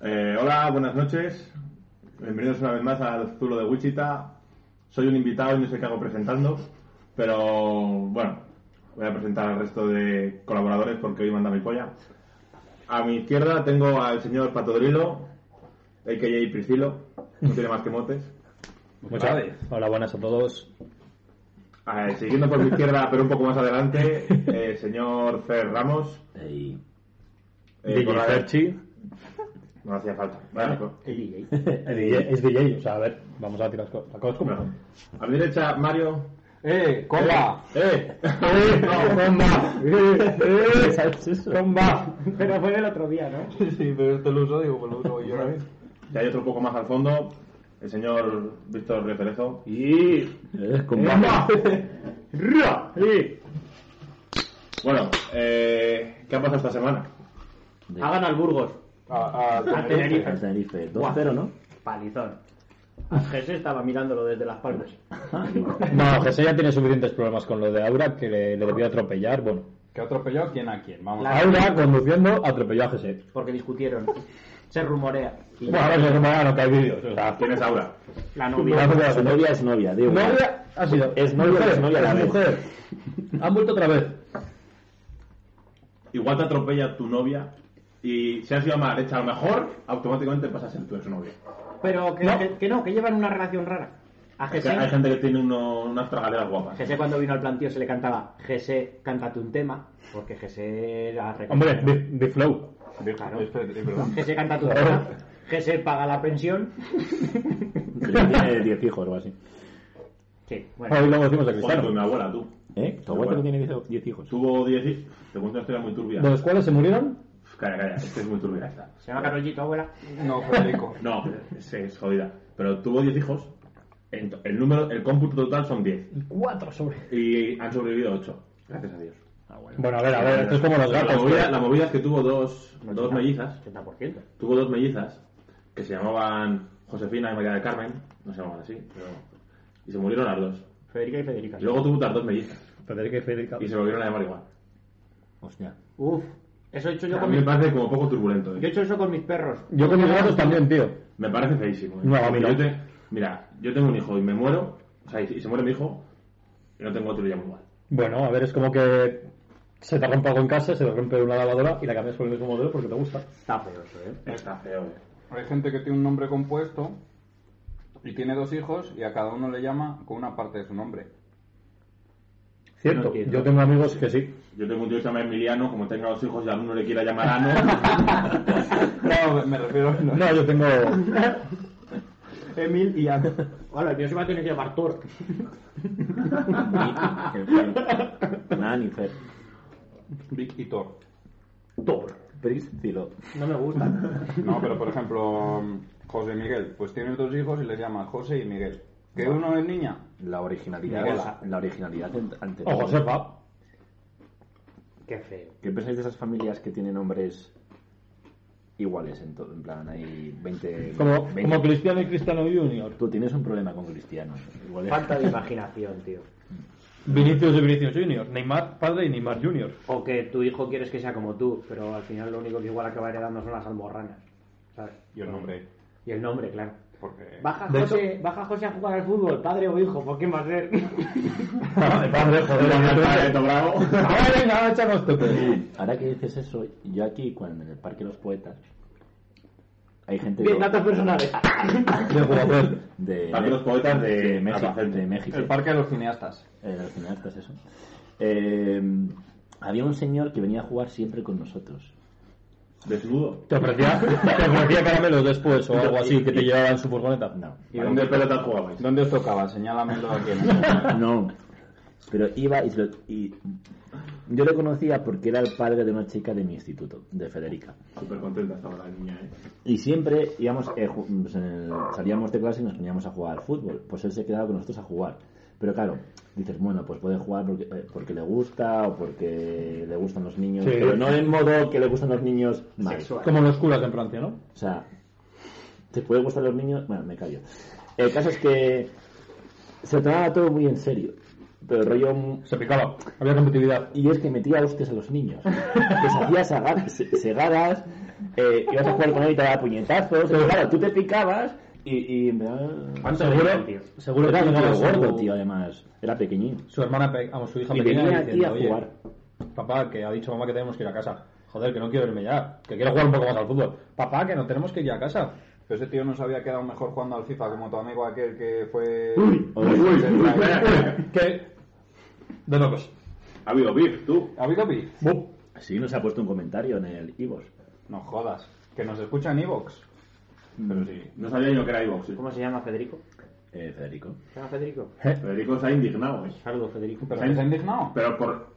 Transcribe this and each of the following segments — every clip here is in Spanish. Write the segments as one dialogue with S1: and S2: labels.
S1: Eh, hola, buenas noches. Bienvenidos una vez más al Zulo de Wichita. Soy un invitado y no sé qué hago presentando, pero bueno, voy a presentar al resto de colaboradores porque hoy manda mi polla. A mi izquierda tengo al señor Patodrilo, a.k.a. Priscilo, no tiene más que motes.
S2: Muchas gracias. Pues Hola, buenas a todos.
S1: Ah, eh, siguiendo por mi izquierda, pero un poco más adelante, eh, señor Fer Ramos.
S3: Ey.
S1: eh,
S2: DJ
S1: con la-
S2: Ferchi.
S1: No hacía falta. Vale, pues.
S2: El DJ. Es DJ, o sea, a ver, vamos a tirar las cosas. las cosas como
S1: Bueno.
S2: son.
S1: A mi derecha, Mario.
S4: ¡Eh! ¡Comba!
S1: ¡Eh!
S4: ¡Eh! ¡Comba! ¡Eh!
S2: ¿Sabes eso?
S4: ¡Comba!
S5: Pero fue del otro día, ¿no?
S4: Sí, pero este lo uso, digo, pues lo uso yo ahora mismo.
S1: Y hay otro poco más al fondo, el señor Víctor Reperezo.
S3: Eh, con
S1: ¡Comba!
S4: ¡Ra! ¡Eh!
S1: Bueno, eh, ¿qué ha pasado esta semana?
S5: Ha ganado el Burgos.
S4: A,
S5: A
S4: a,
S5: Tenerife.
S3: Al Tenerife. 2-0, ¿no?
S5: Palizón. A Jesse estaba mirándolo desde las palmas.
S2: No, José ya tiene suficientes problemas con lo de Aura que le, le debió atropellar. Bueno,
S4: ¿Que ha atropellado quién a quién? Vamos.
S5: La-
S2: Aura conduciendo atropelló a José.
S5: Porque discutieron. Se rumorea. Y
S2: Bueno, ahora se rumora no que hay vídeos. O sea,
S1: ¿Quién es Aura?
S5: la
S2: Ah,
S5: novia.
S2: pues,
S3: Su novia es novia, digo.
S2: novia ha sido.
S3: Es novia,
S2: mujer,
S3: es novia a la vez.
S2: mujer. Han vuelto otra vez.
S1: Igual te atropella tu novia y si has ido a mala leche, a lo mejor automáticamente pasas a ser tu exnovia.
S5: Pero que
S2: No.
S5: no. Que, que no, que llevan una relación rara. A
S1: Es que hay
S5: Jesse.
S1: gente que tiene uno- unas tragaderas guapas.
S5: Jesse cuando vino al plantío se le cantaba Jesse, cántate un tema. Porque Jesse era re-
S2: Hombre, Big Flow.
S5: claro.
S4: Espérate, perdón.
S5: Jesse, cántate un tema. Jesse paga la pensión.
S3: Pero Tiene 10 hijos o así.
S5: Sí, bueno.
S2: Hoy lo decimos de
S1: Joder, pues mi
S2: Cristiano.
S1: abuela, tú.
S3: ¿Eh? Tu abuela tiene 10 10 hijos.
S1: Tuvo 10 y... Te cuento una historia muy turbia.
S2: ¿De los cuales se murieron?
S1: Calla, calla, es que es muy turbia esta.
S5: Se llama Carolito, abuela.
S4: No, Federico.
S1: No, es, es jodida. Pero tuvo 10 hijos. Ent- El número, el cómputo total son 10.
S2: Y cuatro sobre.
S1: Y han sobrevivido 8. Gracias a Dios.
S2: Bueno, a ver, a ver, esto es como los
S1: La
S2: gatos. pues.
S1: movida, la movida es que tuvo dos, dos mellizas.
S5: 80%.
S1: Tuvo dos mellizas que se llamaban Josefina y María del Carmen. No se llamaban así, pero. Y se murieron las dos.
S5: Federica y Federica.
S1: Y luego tuvo otras dos mellizas.
S2: Federica y Federica.
S1: Y se volvieron a llamar igual.
S3: Hostia.
S5: Uf. Eso he hecho yo
S1: A
S5: con
S1: mí me
S5: mis...
S1: parece como poco turbulento. ¿eh?
S5: Yo he hecho eso con mis perros.
S2: Yo con mis gatos también, tío.
S1: Me parece feísimo. ¿eh?
S2: No, a mí no.
S1: Yo te- mira, yo tengo un hijo y me muero. O sea, y y se muere mi hijo. Y no tengo otro y lo llamo igual.
S2: Bueno, a ver, es como que se te rompe algo en casa, se te rompe una lavadora y la cambias por el mismo modelo porque te gusta.
S5: Está feo eso, ¿eh?
S1: Está feo, ¿eh?
S4: Hay gente que tiene un nombre compuesto y tiene dos hijos y a cada uno le llama con una parte de su nombre.
S2: Cierto,
S5: No entiendo.
S2: yo tengo amigos que sí.
S1: Yo tengo un tío que se llama Emiliano, como tenga dos hijos y a uno le quiera llamar Ano.
S4: No, me refiero a...
S2: No, yo tengo.
S5: Emil y Ana. Hola, el mío se va a tener que llamar Thor.
S3: Ni- en fin. Nada, ni Fer.
S4: Vic y Thor.
S5: Thor.
S3: Priscilo.
S5: No me gusta.
S4: No, pero por ejemplo, um, José Miguel. Pues tienes dos hijos y les llamas José y Miguel. ¿Que uno es niña?
S3: La originalidad.
S4: Miguel.
S3: La, la originalidad ante- ante
S2: O
S3: todo.
S2: Josefa.
S5: Qué feo.
S3: ¿Qué pensáis de esas familias que tienen nombres iguales? En, todo? en plan, hay 20.
S2: Como,
S3: 20.
S2: como Cristiano y Cristiano Junior.
S3: Tú tienes un problema con Cristiano. Igual es-
S5: Falta de imaginación, tío.
S2: Vinicius y Vinicius Junior. Neymar padre y Neymar Junior.
S5: O que tu hijo quieres que sea como tú, pero al final lo único que igual acaba heredando son las almorranas. ¿Sabes?
S4: Y el nombre.
S5: Y el nombre, claro.
S4: Porque...
S5: Baja
S2: De
S5: José, baja José a jugar al fútbol, padre o hijo, ¿por qué va a ser?
S2: Padre, padre, joder.
S1: Alfabeto, bravo.
S2: Ahora venga, echamos toque.
S3: Ahora que dices eso, yo aquí, cuando en el Parque de los Poetas, hay gente
S5: Bien,
S3: que-
S5: datos personales.
S2: De jugador.
S3: de,
S1: Parque de los Poetas de
S3: México.
S1: Albacete.
S3: de México.
S4: El parque de los cineastas.
S3: Eh, los cineastas, eso. Eh, había un señor que venía a jugar siempre con nosotros.
S1: Desnudo.
S2: Te ofrecía, te ofrecía caramelos después o algo así que te llevaba en su furgoneta.
S3: No.
S1: ¿Y dónde pelotas jugabais?
S4: ¿Dónde os tocaba? Señálamelo aquí.
S3: No. Pero iba y, se lo- y yo le conocía porque era el padre de una chica de mi instituto, de Federica.
S1: Súper contenta estaba la niña, ¿eh?
S3: Y siempre íbamos, eh, ju- pues, eh, salíamos de clase y nos poníamos a jugar al fútbol. Pues él se quedaba con nosotros a jugar. Pero claro, dices, bueno, pues puede jugar porque, eh, porque le gusta o porque le gustan los niños.
S2: Sí.
S3: Pero no en modo que le gustan los niños mal.
S5: Sexual.
S2: Como los curas en Francia, ¿no?
S3: O sea, ¿te puede gustar los niños? Bueno, me callo. El caso es que se tomaba todo muy en serio. Pero rollo... mm,
S2: Se picaba. Había competitividad.
S3: Y es que metía hostias a los niños. Les hacía saga- se- segadas, eh, ibas a jugar con él y te daba puñetazos. Pero claro, tú te picabas y. y ¿Cuánto
S2: Seguro, seguro que
S3: Era un
S2: llegaba
S3: tío gordo,
S2: su,
S3: tío, además. Era pequeñín.
S2: su hermana, pe- vamos, su hija
S3: Y
S2: pequeña
S3: venía aquí
S2: diciendo,
S3: a
S2: "Oye,
S3: jugar.
S2: Papá, que ha dicho mamá que tenemos que ir a casa. Joder, que no quiero irme ya. Que quiero jugar un poco más al fútbol. Papá, que no tenemos que ir ya a casa.
S4: Pero ese tío no se había quedado mejor jugando al FIFA como tu amigo aquel que fue.
S3: uy, uy,
S2: Que... De pues, locos.
S1: Ha habido beef, tú.
S4: ¿Ha habido beef?
S3: Sí, nos ha puesto un comentario en el Ivos.
S4: No jodas. Que nos escucha en Evox.
S1: Pero sí, no sabía yo que era iVox.
S5: ¿Cómo se llama Federico?
S3: Eh, Federico.
S5: ¿Se llama Federico?
S1: Federico se ha indignado. ¿eh?
S5: Saludos, Federico.
S4: Pero que se ha indignado.
S1: Pero por...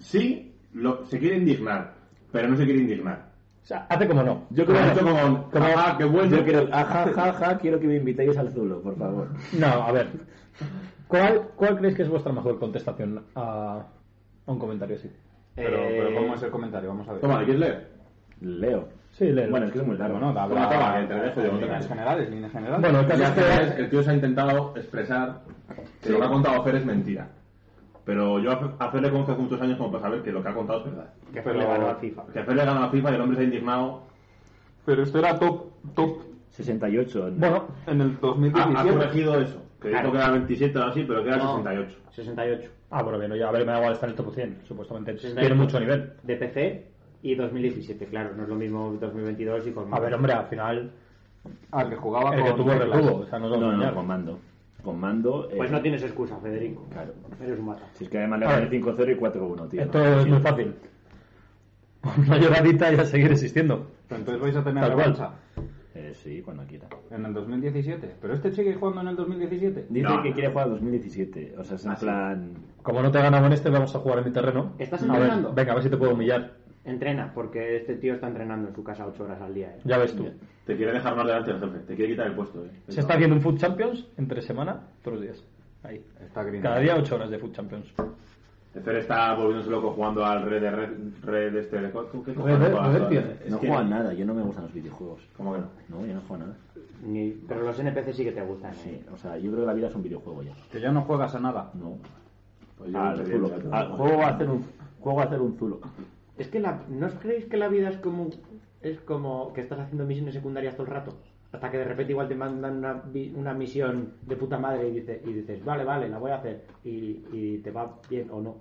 S1: Sí, lo... se quiere indignar, pero no se quiere indignar.
S2: O sea, hace como no.
S3: Yo
S1: Lo
S3: creo
S1: ha hecho como...
S3: como-
S1: "Ajá, qué bueno.
S3: Yo quiero, ajá, ja, ja, quiero que me invitéis al Zulo, por favor.
S2: No, a ver. ¿Cuál, cuál creéis que es vuestra mejor contestación a, a un comentario así?
S4: Pero,
S5: Eh,
S4: pero ¿cómo es el comentario? Vamos a ver.
S1: Toma, ¿le quieres leer?
S3: Leo.
S2: Sí, léelo.
S3: Bueno, es que es muy largo,
S4: Bueno, da-
S1: Toma,
S4: da-
S1: toma, que te lo dejo yo,
S4: líneas
S1: venga.
S4: generales, líneas generales.
S2: Bueno, el
S1: El
S2: caso
S1: caso
S2: es
S1: es que el tío se ha intentado expresar que lo que ha contado Fer es mentira. Pero yo a Fer- a Fer le conozco hace muchos años como para saber que lo que ha contado es verdad.
S5: que fue le ganó al FIFA.
S1: Que Fer le ganó a FIFA y el hombre se ha indignado.
S4: Pero esto era top, top
S3: 68. en-
S2: Bueno,
S4: en el
S1: Ha, ha
S4: 2017.
S1: corregido eso. Que dijo
S5: Claro.
S1: que era 27 o así, pero que era
S5: No,
S1: 68.
S5: 68.
S2: ah, bueno, bien, oye, a ver, me da igual estar en el top 100, supuestamente.
S5: 68.
S2: Tiene mucho nivel.
S5: De PC y 2017, claro. No es lo mismo 2022 y con...
S2: A ver, hombre, al final,
S4: Al Ah, que jugaba
S2: el que
S4: con.
S2: tuvo el
S4: reglas.
S2: tuvo, o sea, no lo
S3: No, no,
S2: engañar.
S3: con mando. Con mando. eh,
S5: Pues no tienes excusa, Federico.
S3: Claro.
S5: Eres un mata.
S3: Si es que además le
S2: A
S3: gané
S2: ver.
S3: 5-0 y 4-1, tío.
S2: Esto
S3: no,
S2: es
S3: sí.
S2: muy fácil. Una lloradita y a seguir existiendo.
S4: Pero entonces vais a tener
S2: Tal cual.
S4: revancha
S3: Eh, sí, cuando quiera.
S4: en el 2017. Pero este sigue jugando en el 2017.
S3: Dice
S1: No, Ah,
S3: que
S1: no.
S3: quiere jugar al 2017. O sea, es en plan.
S2: Como no te he ganado en este, vamos a jugar en mi terreno.
S5: ¿Estás
S2: A ver,
S5: entrenando?
S2: venga, a ver si te puedo humillar.
S5: Entrena, porque este tío está entrenando en su casa 8 horas al día. ¿eh?
S2: Ya ves tú.
S1: Te quiere dejar más delante del jefe. Te quiere quitar el puesto. eh.
S2: Se está haciendo un Food Champions entre semana, todos los días. Ahí.
S4: Está gringo.
S2: Cada día 8 horas de Food Champions.
S1: El Fer está volviéndose loco jugando al Red de Red, Red este de co- ¿Qué cojones
S2: Red-
S1: juegas
S2: Red
S1: tú?
S2: tiene.
S1: Es
S3: no
S1: que-
S3: juego a nada, yo no me gustan los videojuegos.
S1: ¿Cómo que no?
S3: No, yo no juego a nada.
S5: Ni- Pero los NPC sí que te gustan. ¿eh?
S3: Sí, o sea, yo creo que la vida es un videojuego ya.
S4: Que ya no juegas a nada.
S3: No.
S1: Pues yo
S3: Al
S1: no sé
S3: zulo.
S1: bien.
S3: Al juego a hacer un juego a hacer un zulo.
S5: Es que la, ¿no os creéis que la vida es como es como que estás haciendo misiones secundarias todo el rato? Hasta que de repente igual te mandan una, vi- una misión de puta madre y, dice- y dices, vale, vale, la voy a hacer. Y, y te va bien o no.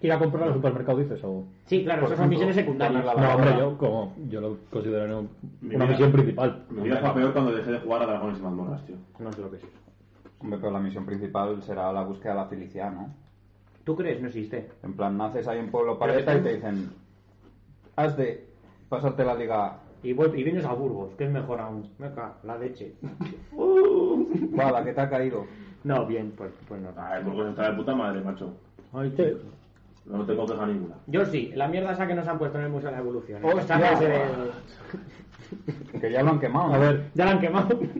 S2: ¿Ir a comprar al supermercado dices o...?
S5: Sí, claro,
S4: Por
S5: esas son
S4: ejemplo,
S5: misiones secundarias.
S4: poner la-
S2: No, hombre, yo como... Yo lo considero un-
S1: Mi
S2: una
S1: vida.
S2: misión principal.
S1: Mi vida fue peor cuando dejé de jugar a Dragones y Mazmorras, tío.
S5: No sé lo que es eso.
S4: Hombre, pero la misión principal será la búsqueda de la felicidad, ¿no?
S5: ¿Tú crees? No existe.
S4: En plan, naces ahí en Pueblo Paleta y te dicen, has de pasarte la liga,
S5: Y, vuel- y vienes a Burgos, que es mejor aún. Me cago, la leche.
S4: va, la que te ha caído.
S5: No, bien, pues, pues no.
S1: Ay, Burgos está de puta madre, macho.
S2: Ay, te-
S1: No tengo queja ninguna.
S5: Yo sí, la mierda esa que nos han puesto en el Museo de la Evolución. ¿eh?
S4: ¡Hostia!
S5: Esa clase de-
S4: Que ya lo han quemado. ¿no?
S2: A ver,
S5: Ya la han quemado.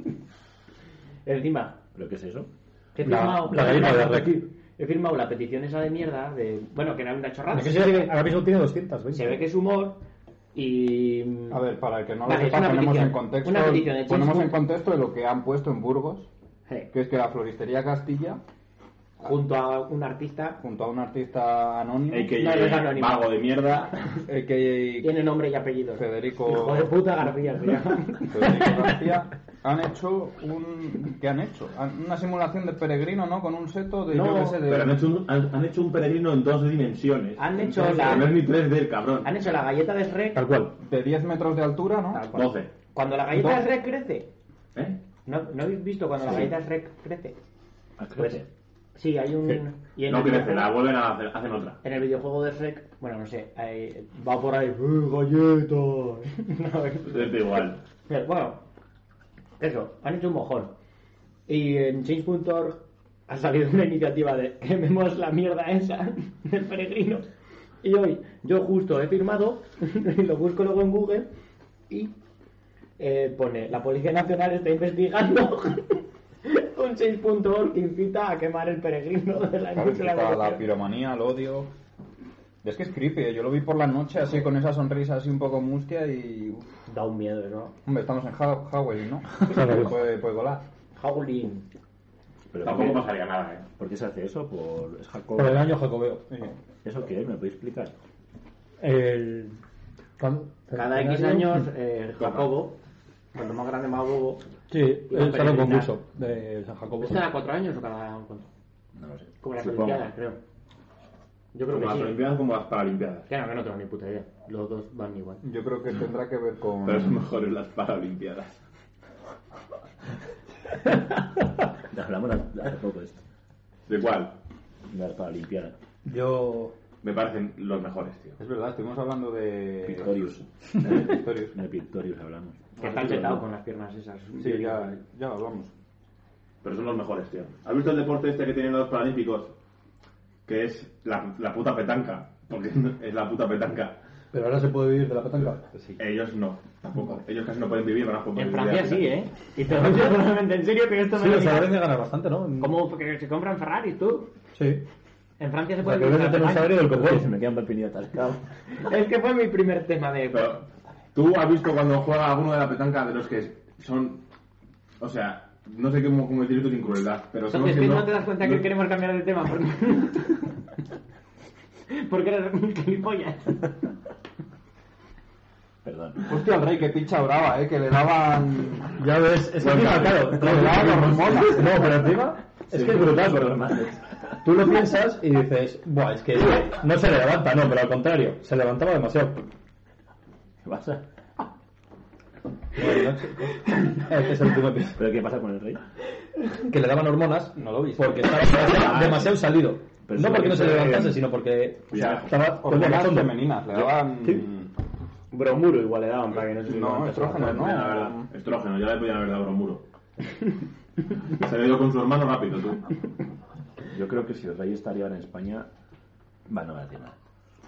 S5: Encima,
S3: ¿Pero qué es eso?
S5: He
S2: La-
S5: firmado
S2: la gallina de Rec.
S5: He firmado la petición esa de mierda de. Bueno, que era una chorrada.
S2: no sé si tiene- ahora mismo tiene 220.
S5: Se ve que es humor y.
S4: A ver, para el que no lo
S5: Vale, es
S4: sepa,
S5: una
S4: ponemos
S5: petición.
S4: en contexto,
S5: Una petición de
S4: ponemos
S5: Chesco.
S4: en contexto de lo que han puesto en Burgos,
S5: Eh,
S4: que es que la floristería Castilla,
S5: Junto a un artista.
S4: junto a un artista anónimo,
S1: Hay
S5: No, no es anónimo.
S1: vago de mierda.
S4: a.k.a.
S5: Tiene nombre y apellido.
S4: Federico-
S5: Hijo de puta García, se llama.
S4: Federico García, han hecho un... ¿qué han hecho? Han- Una simulación de peregrino, ¿no? Con un seto de...
S5: No,
S4: yo qué sé, de...
S1: Pero han hecho, un, han, han hecho un peregrino en dos dimensiones.
S5: Han hecho
S1: Entonces,
S5: la-
S1: No es ni 3D, el cabrón.
S5: Ah. Han hecho la galleta de Shrek.
S2: Tal cual.
S4: de 10 metros de altura, ¿no?
S5: Tal cual.
S1: 12.
S5: Cuando la galleta de Shrek crece.
S1: ¿Eh?
S5: ¿No, no habéis visto cuando la galleta de Shrek crece?
S3: Ah,
S5: Pues-
S3: creo
S5: Sí, hay un. y en
S1: No
S5: el
S1: crece,
S5: videojuego-
S1: la vuelven a hacer, hacen otra.
S5: En el videojuego de Shrek, bueno, no sé, ahí- va por ahí, ¡eh, galletas! No, es-
S1: Es igual.
S5: Pero, bueno, eso, han hecho un mojón. Y en change.org ha salido una iniciativa de quememos la mierda esa del peregrino. Y hoy yo justo he firmado, y lo busco luego en Google, y eh, pone, la Policía Nacional está investigando un change.org que incita a quemar el peregrino de la
S4: Claro,
S5: industria de
S4: está
S5: la
S4: la piromanía, el odio. Es que es creepy, ¿eh? yo lo vi por la noche así con esa sonrisa así un poco mustia y. uf,
S5: Da un miedo, ¿no?
S4: hombre, estamos en Ha- Halloween, ¿no?
S2: Claro.
S4: puede, puede colar.
S5: Howling.
S3: Pero
S1: Tampoco
S3: ¿por, qué,
S1: pasaría nada, ¿eh?
S3: por qué se hace eso? Por es Jacob.
S2: Por el año jacobeo.
S4: Sí.
S3: ¿Eso qué es? ¿Me lo podéis explicar?
S2: El... cuando-
S5: Cada X años, eh, Jacobo, cuanto más grande, más bobo.
S2: Sí, él salió concurso de San Jacobo.
S5: ¿Es cada ¿Este cuatro años o cada cuánto?
S3: No lo sé.
S5: Como las
S1: Supongo.
S5: Olimpiadas, creo. Yo creo
S1: Como las
S5: que sí.
S1: Olimpiadas como las Paralimpiadas.
S5: Claro, que no tengo ni puta idea. Los dos van igual.
S4: Yo creo que tendrá que ver con.
S1: Pero son mejores las Paralimpiadas.
S3: Hablamos hace poco de esto,
S1: De cuál?
S3: de las Paralimpiadas.
S2: Yo.
S1: Me parecen los mejores, tío.
S4: Es verdad, estuvimos hablando de.
S3: Pictorius.
S4: de Pictorius.
S3: De Pictorius hablamos.
S5: Que está chetado con las piernas esas.
S4: Sí, ya, ya hablamos.
S1: Pero son los mejores, tío. ¿Has visto el deporte este que tienen los Paralímpicos? Que es la, la puta petanca. Porque es la puta petanca.
S2: Pero ahora se puede vivir de la petanca. Sí.
S1: Ellos no, tampoco. Ellos casi no pueden vivir con las
S5: En
S1: competiciones de
S5: Francia sí,
S1: petanca.
S5: ¿eh? Y te lo digo totalmente en serio que esto no
S2: Sí, o
S5: es...
S2: sea, deben de ganar bastante, ¿no?
S5: ¿Cómo que se compran Ferraris, tú?
S2: Sí.
S5: En Francia se
S2: O sea,
S5: puede
S2: que deben de tener un
S5: comprar
S2: salario del
S3: Se
S2: copón.
S3: me quedan pepinillo atascado.
S5: Es que fue mi primer tema de...
S1: Pero, ¿tú has visto cuando juega alguno de la petanca de los que son. O sea, no sé cómo, cómo decir esto sin crueldad, pero son los
S5: Entonces,
S1: que
S5: no te das cuenta que
S1: no-
S5: queremos cambiar de tema. Porque, porque eres un gilipollas.
S3: Perdón.
S4: Hostia, el rey, que pincha brava, eh, que le daban.
S2: Ya ves, es que
S1: Bueno,
S2: encima,
S1: claro,
S2: claro,
S1: claro,
S2: claro,
S1: claro,
S2: hormonas. No, pero encima es
S3: Sí,
S2: que es brutal.
S3: por los males.
S2: Tú lo piensas y dices, buah, es que eh, no se levanta, no, pero al contrario, se levantaba demasiado.
S3: ¿Qué pasa?
S2: Este es el último episodio.
S3: ¿Pero qué pasa con el rey?
S2: Que le daban hormonas
S4: No lo viste.
S2: porque estaba demasiado salido.
S3: Pero
S2: no
S3: sí,
S2: porque no se
S3: eh,
S2: levantase, sino porque o sea,
S1: Ya.
S2: estaba con
S4: Hormonas
S2: cachondo.
S4: femeninas, le daban.
S5: Bromuro igual le daban para que no se
S4: No, estrógenos,
S1: No, la verdad,
S4: ¿no?
S1: estrógeno, ya le podían haber dado un muro. Se le dio con su hermano rápido, tú.
S3: Yo creo que si el rey estaría ahora en España, va, no va a decir nada.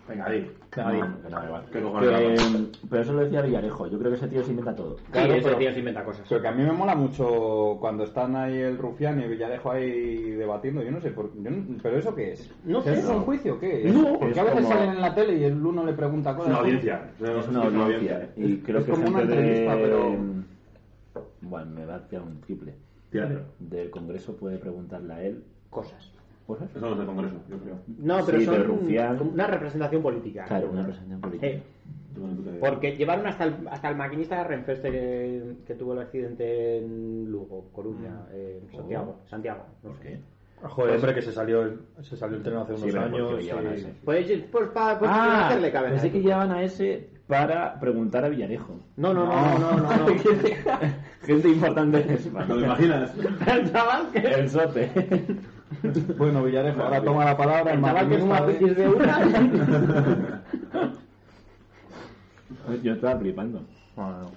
S1: Venga, ahí.
S3: No, que no, que vale.
S1: ¿Qué cojones
S3: Que,
S1: hablamos?
S3: pero eso lo decía Villarejo. Yo creo que ese tío se inventa todo.
S5: Claro,
S4: Claro,
S5: ese
S4: pero-
S5: tío se inventa cosas.
S4: Pero que a mí me mola mucho cuando están ahí el rufián y el Villarejo ahí debatiendo. Yo no sé, por, yo no- ¿pero eso qué es?
S5: No
S4: O sea,
S5: sé.
S4: ¿Es un juicio qué es?
S3: No.
S4: Porque
S3: Es
S4: a veces
S3: como-
S4: salen en la tele y el uno le pregunta
S1: Es
S4: cosas.
S1: una audiencia.
S3: Es una audiencia.
S1: ¿eh?
S3: Y creo
S4: Es
S3: que
S4: como
S3: gente
S4: una entrevista,
S3: de...
S4: pero-
S3: Bueno, me va a tirar un triple.
S1: Teatro.
S3: Del Congreso puede preguntarle a él
S5: Cosas.
S3: cosas.
S1: Eso no es de Congreso, yo creo.
S5: No, pero
S3: Sí,
S5: son
S3: del rufián.
S5: como una representación política.
S3: Claro, una presentación política.
S5: Eh,
S1: Tú con tu teoría.
S5: porque llevaron hasta el, hasta el maquinista de Renfeste que, que tuvo el accidente en Lugo, Coruña, eh, Santiago. Santiago. no
S3: ¿Por
S5: sé.
S3: qué?
S2: Joder, hombre, que se salió el, se salió el tren hace unos
S3: Sí, pero ¿por qué
S2: años.
S3: le llevan a
S2: y-
S3: ese?
S5: Pues, pues, para pues, para
S3: Ah,
S5: hacerle cabeza.
S3: pensé que llevaban a ese para preguntar a Villarejo.
S5: No, no, no, no, no, no. no.
S3: Gente importante de
S1: ¿Te lo
S3: España.
S1: imaginas?
S5: El chaval que...
S3: El sote.
S2: pues,
S4: Bueno, Villarejo, ahora toma la palabra. eh.
S5: El chaval que
S4: maquinista
S5: fuma
S4: de-
S5: piquis de una.
S3: Yo estaba flipando.
S1: Vale,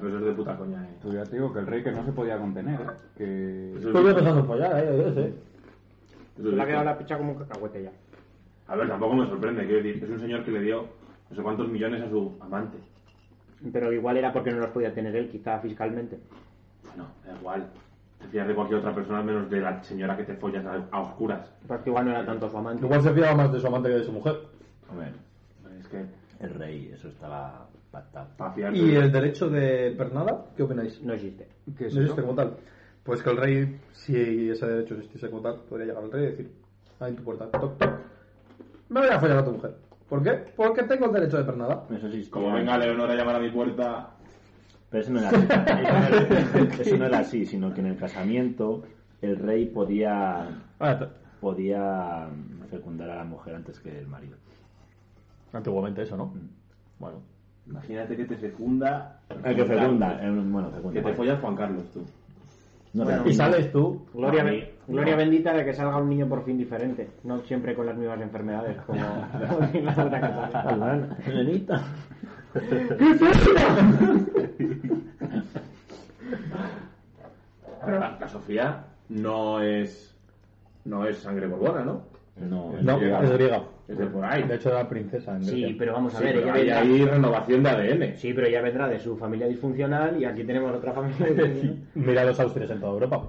S1: pero eso es de puta coña, eh.
S4: Pues ya te digo que el rey que no se podía contener, ¿eh? que...
S1: Eso es-
S2: Estoy Pues yo pensando en follar, eh, Dios, eh.
S1: eso es
S5: Le ha quedado
S1: de-
S5: la picha como un cacahuete ya.
S1: A ver, tampoco me sorprende, quiero decir, es un señor que le dio no sé cuántos millones a su amante.
S5: Pero igual era porque no los podía tener él, quizá fiscalmente.
S1: Bueno, da igual. Te fías de cualquier otra persona menos de la señora que te follas a, a oscuras.
S5: Pero que igual no era tanto su amante.
S2: Igual se fiaba más de su amante que de su mujer.
S3: Hombre,
S1: Es que,
S3: el rey, eso estaba pactado.
S1: para fiarte-
S2: ¿Y el derecho de pernada? ¿Qué opináis?
S5: No existe.
S4: que es
S2: no
S4: eso.
S2: existe como tal. Pues que el rey, si ese derecho existiese como tal, podría llegar al rey y decir, ahí en tu puerta, toc, toc, me voy a follar a tu mujer. ¿Por qué? Porque tengo el derecho de pernada.
S3: Eso sí.
S1: Como venga Leonor a llamar a mi puerta,
S3: Pero eso no era así. Eso no era así, sino que en el casamiento el rey podía
S2: Ah,
S3: podía fecundar a la mujer antes que el marido.
S2: Antiguamente eso, ¿no? Bueno.
S1: imagínate que te fecunda.
S3: El que fecunda, eh, bueno, fecunda.
S1: Que te follas Juan Carlos, tú.
S3: No,
S5: Bueno,
S2: Y
S3: y
S2: sales tú.
S5: Gloria,
S3: A mí,
S5: ben- gloria bendita de que salga un niño por fin diferente. No siempre con las mismas enfermedades como como en la Santa Casa.
S3: Nenita.
S1: Pero la, la Sofía no es. No es sangre borbona, ¿no?
S3: No,
S2: No,
S1: griega.
S2: es griega.
S1: Es de por ahí.
S2: De hecho, era princesa en
S5: Sí,
S2: Grecia.
S5: pero vamos a
S1: Sí,
S5: ver,
S1: pero
S5: ella
S1: hay,
S5: vendrá-
S1: hay renovación de ADN.
S5: Sí, pero ya vendrá de su familia disfuncional y aquí tenemos otra familia disfuncional.
S2: Mira los austrias en toda Europa.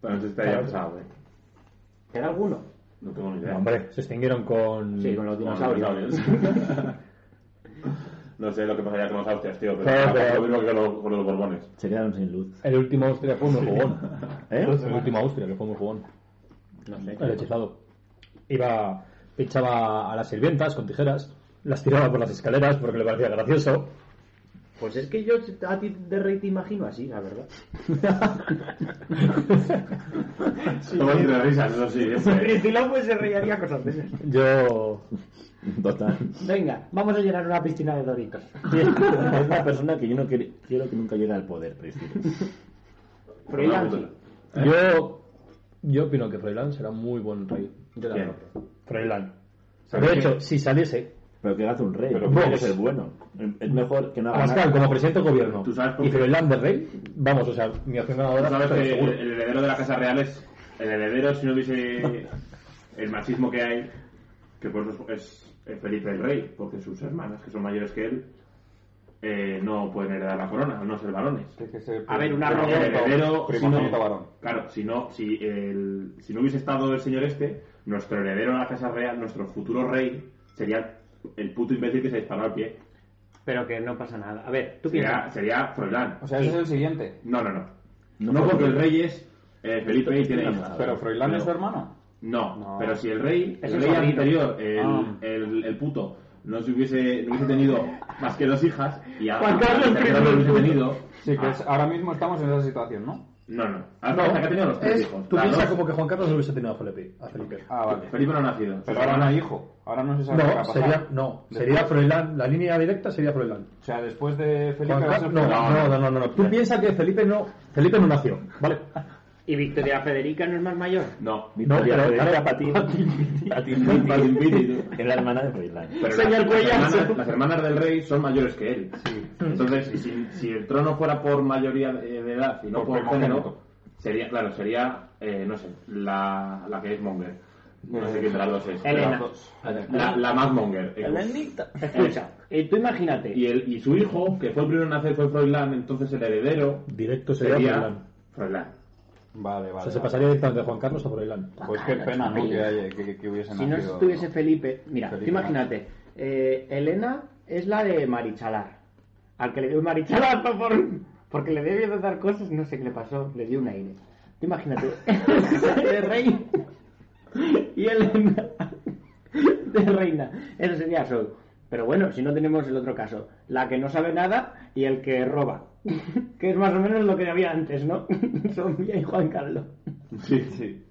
S1: Pero no sé si te haya pasado, ¿eh?
S5: ¿Queda alguno?
S1: No tengo ni idea.
S2: No, hombre, se extinguieron con...
S5: Sí, con los
S1: Con los
S5: dinosaurios.
S1: dinosaurios. no sé lo que pasaría con los austrias, tío, pero
S2: Claro,
S1: tampoco
S2: pero-
S1: lo mismo que con los, con los borbones.
S3: se quedaron sin luz.
S2: El último Austria fue muy jugón.
S3: ¿Eh?
S2: El último Austria, que fue muy jugón.
S5: No sé.
S2: El hechizado. Iba, pinchaba a las sirvientas con tijeras las tiraba por las escaleras porque le parecía gracioso.
S5: Pues es que yo a ti de rey te imagino así, la verdad.
S1: Toma entre risas, eso sí. siempre.
S5: Priscila pues se reiría cosas de esas.
S2: Yo
S3: Total.
S5: Venga, vamos a llenar una piscina de doritos.
S3: Es una persona que yo no quiero, quiero que nunca llegue al poder, Priscila.
S5: Pero ya sí.
S1: ¿Eh?
S2: Yo, yo opino que Froilán será muy buen rey.
S5: Yo
S1: Bien.
S5: también.
S2: Froilán.
S1: ¿Sabes
S2: De
S1: qué?
S2: hecho, si saliese
S3: Pero que hace un rey,
S1: Pero
S3: pero tiene que
S5: pues.
S2: vos.
S3: ser bueno. Es mejor que no haga
S2: Pascal
S3: nada.
S2: como presidente del gobierno
S1: ¿Tú sabes por
S2: y
S1: qué?
S2: Froilán de rey, vamos, o sea, mi opción
S1: Tú
S2: ganadora
S1: sabes
S2: estoy
S1: que el,
S2: seguro.
S1: el heredero de la Casa Real es el heredero si no hubiese el machismo que hay, que por eso es, es Felipe el Rey, porque sus hermanas, que son mayores que él, eh, no pueden heredar la corona, al no ser varones.
S4: Tiene que ser
S5: A ver, una
S1: Pero
S5: Claro,
S1: el
S5: rodeada.
S1: heredero, si
S4: primogénito varón.
S1: no, claro, si no, si, el, si no hubiese estado el señor este, nuestro heredero de la Casa Real, nuestro futuro rey, sería el puto imbécil que se disparó al pie.
S5: Pero que no pasa nada. A ver, tú
S1: Sería,
S5: piensas.
S1: sería Froilán.
S4: O sea, ese es el siguiente.
S1: No, no, no. No,
S3: No
S1: porque
S3: porque-
S1: el rey es eh, Felipe y tiene hijas.
S4: Pero Froilán es su
S1: Pero-
S4: hermano.
S1: No,
S4: No.
S1: pero si el rey,
S5: Es
S1: el
S5: el
S1: rey
S5: sobrino.
S1: anterior, el,
S4: Ah.
S1: el, el puto, no se hubiese, no hubiese tenido más que dos hijas y a
S5: Juan Carlos
S1: a- a-
S5: I,
S1: no
S5: el
S1: hubiese
S5: puto.
S1: tenido.
S4: Sí, que
S1: Ah,
S4: es- ahora mismo estamos en esa situación, ¿no?
S1: No, no. Ahora piensa que ha tenido los tres
S2: Es-
S1: hijos.
S2: Tú
S1: Las
S2: piensas
S1: dos-
S2: como que Juan Carlos no hubiese tenido a Felipe. A Felipe.
S4: Ah, vale.
S1: Felipe no ha nacido.
S4: Pero ahora no hay hijo. Ahora no se sabe qué va a
S2: No,
S4: pasar.
S2: sería, no, sería Froilán, la línea directa sería Froilán.
S4: O sea, después de Felipe
S2: Juan
S4: va a
S2: Carlos,
S4: ser
S2: no,
S4: Froilán.
S2: no, no, no, no, no. Tú piensas que Felipe no, Felipe no nació, ¿vale?
S5: ¿Y Victoria Federica no es más mayor?
S1: No.
S3: Mi
S2: No,
S3: tía
S2: pero-
S3: Federica Patín. Patín, Patín,
S1: Patín, Patín,
S3: Patín. Es la hermana de Froilán.
S1: Pero
S5: Señor
S1: las, las,
S5: Cuellar.
S1: hermanas, las hermanas del rey son mayores que él. Entonces, si, si el trono fuera por mayoría de de edad y no
S4: Por
S1: por,
S4: primogénito.
S1: género, sería, claro, sería, eh, no sé, la, la que es Monger. No sé
S4: Eh,
S1: quién de las dos es.
S5: Elena.
S1: Las dos. La, la más Monger.
S5: Escucha, eh, tú imagínate.
S1: Y, el, y su hijo, que fue el primero en nacer, fue Froilán, entonces el heredero
S2: Directo sería,
S1: sería
S2: Froilán.
S1: Froilán.
S4: Vale,
S2: O
S4: vale.
S2: sea, se
S4: vale.
S2: pasaría directamente de Juan Carlos a Froilán.
S4: Pues qué pena, ¿no? Que, haya- que, que hubiese
S5: Si no
S4: nacido.
S5: estuviese Felipe, mira,
S4: Felipe,
S5: tú imagínate, eh, Elena es la de Marichalar. Al que le dio Marichalar, por, por- porque le debió de dar cosas, no sé qué le pasó, le dio un aire. Tú imagínate, de rey y Elena de reina. Eso sería Sol. Pero bueno, si no tenemos el otro caso, la que no sabe nada y el que roba. Que es más o menos lo que había antes, ¿no? Sofía y Juan Carlos.
S1: Sí, sí.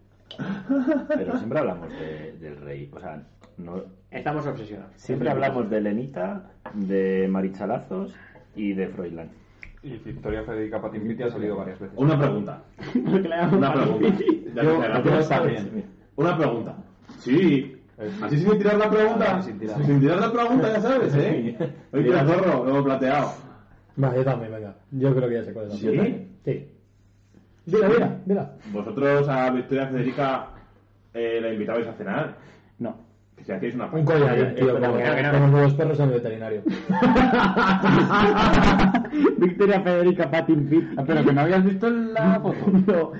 S3: Pero siempre hablamos de- del rey. O sea, no,
S5: Estamos obsesionados.
S3: siempre hablamos de Lenita, de Marichalazos y de Froilán.
S4: Y Victoria Federica Patimpiti ha salido varias veces.
S1: Una pregunta.
S5: Porque le damos
S1: Una
S5: para-
S1: pregunta. Ya que sea la
S4: creo
S1: pregunta.
S4: que está bien.
S1: Una pregunta. Sí. Así sin tirar la pregunta.
S4: Sin tirar.
S1: Sin tirar la pregunta, ya sabes, ¿eh? Hoy tira zorro, lo hemos plateado.
S2: Va, yo también, venga. Yo creo que ya sé cuál es la
S1: ¿Sí?
S2: pregunta. Sí. Mira, mira, mira.
S1: Vosotros a Victoria Federica eh, la invitabais a cenar.
S5: No.
S1: Que si hacéis una
S2: Un
S1: paella.
S2: collar, tío, como, como los perros en el veterinario.
S5: Victoria Federica Patin Pitt.
S4: Pero que no habías visto la foto.
S5: No.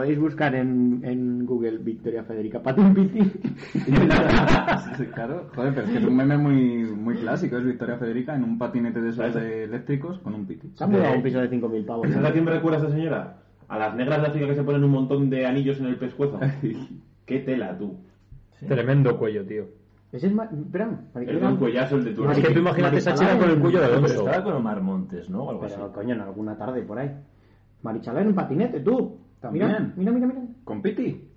S5: Podéis buscar en, en Google Victoria Federica Patin
S4: Sí, claro, joder, pero es que es un meme muy, muy clásico. Es Victoria Federica en un patinete de esos de eléctricos con un piti.
S5: Se ha mudado a un piso de 5.000 pavos.
S1: ¿Sabes a quién me recuerda esa señora? A las negras de África que se ponen un montón de anillos en el pescuezo. Qué tela, tú.
S2: Tremendo cuello, tío.
S5: Ese es Ma- Espera, Mariquita.
S1: Es un cuellazo el de tu
S2: Es que tú
S1: hermano.
S2: imagínate esa chica con el cuello de
S3: Pero
S2: Alonso.
S3: estaba con Omar Montes, ¿no? O algo así.
S5: Pero coño, en alguna tarde por ahí. Marichalá en un patinete, tú.
S4: También.
S5: Mira, mira, mira. mira.
S4: ¿Con piti?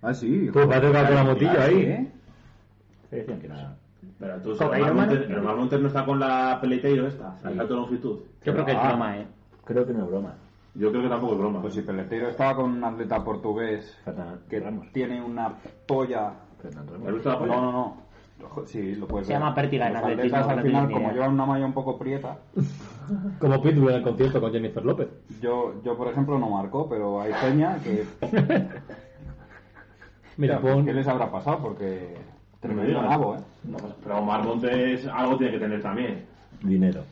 S4: Ah, sí. ¿eh?
S2: Pues va a tocar con la motilla ahí.
S3: Sí, decían que era-
S1: Pero tú,
S5: Con
S1: Omar
S5: Iron Man.
S1: Montes, pero Omar Montes no está con la peleteiro esta, la salto de longitud.
S5: Yo creo que es
S1: Ah,
S5: broma, eh.
S3: Creo que no es broma.
S1: Yo creo que tampoco es broma.
S4: Pues si Peleteiro estaba con un atleta portugués
S3: Fernán
S4: que
S3: Ramos.
S4: tiene una polla.
S3: Fernán Ramos.
S1: ¿Has visto la
S4: No,
S1: polla?
S4: no, no. Ojo, Sí, lo puedes
S5: Se
S4: ver.
S5: llama pértiga en
S4: Los
S5: atletismo,
S4: atletas,
S5: no
S4: al
S5: tienes
S4: final,
S5: ni
S4: como
S5: idea.
S4: llevan una malla un poco prieta,
S2: Como Pitbull en el concierto con Jennifer López.
S4: yo, yo por ejemplo, no marco, pero hay peña que.
S2: Mira,
S4: ¿Qué
S2: pon...
S4: les habrá pasado? Porque.
S1: me
S4: Tremendo
S1: digas.
S4: nabo, ¿eh?
S1: No, pues, pero Omar Montes algo tiene que tener también.
S3: Dinero.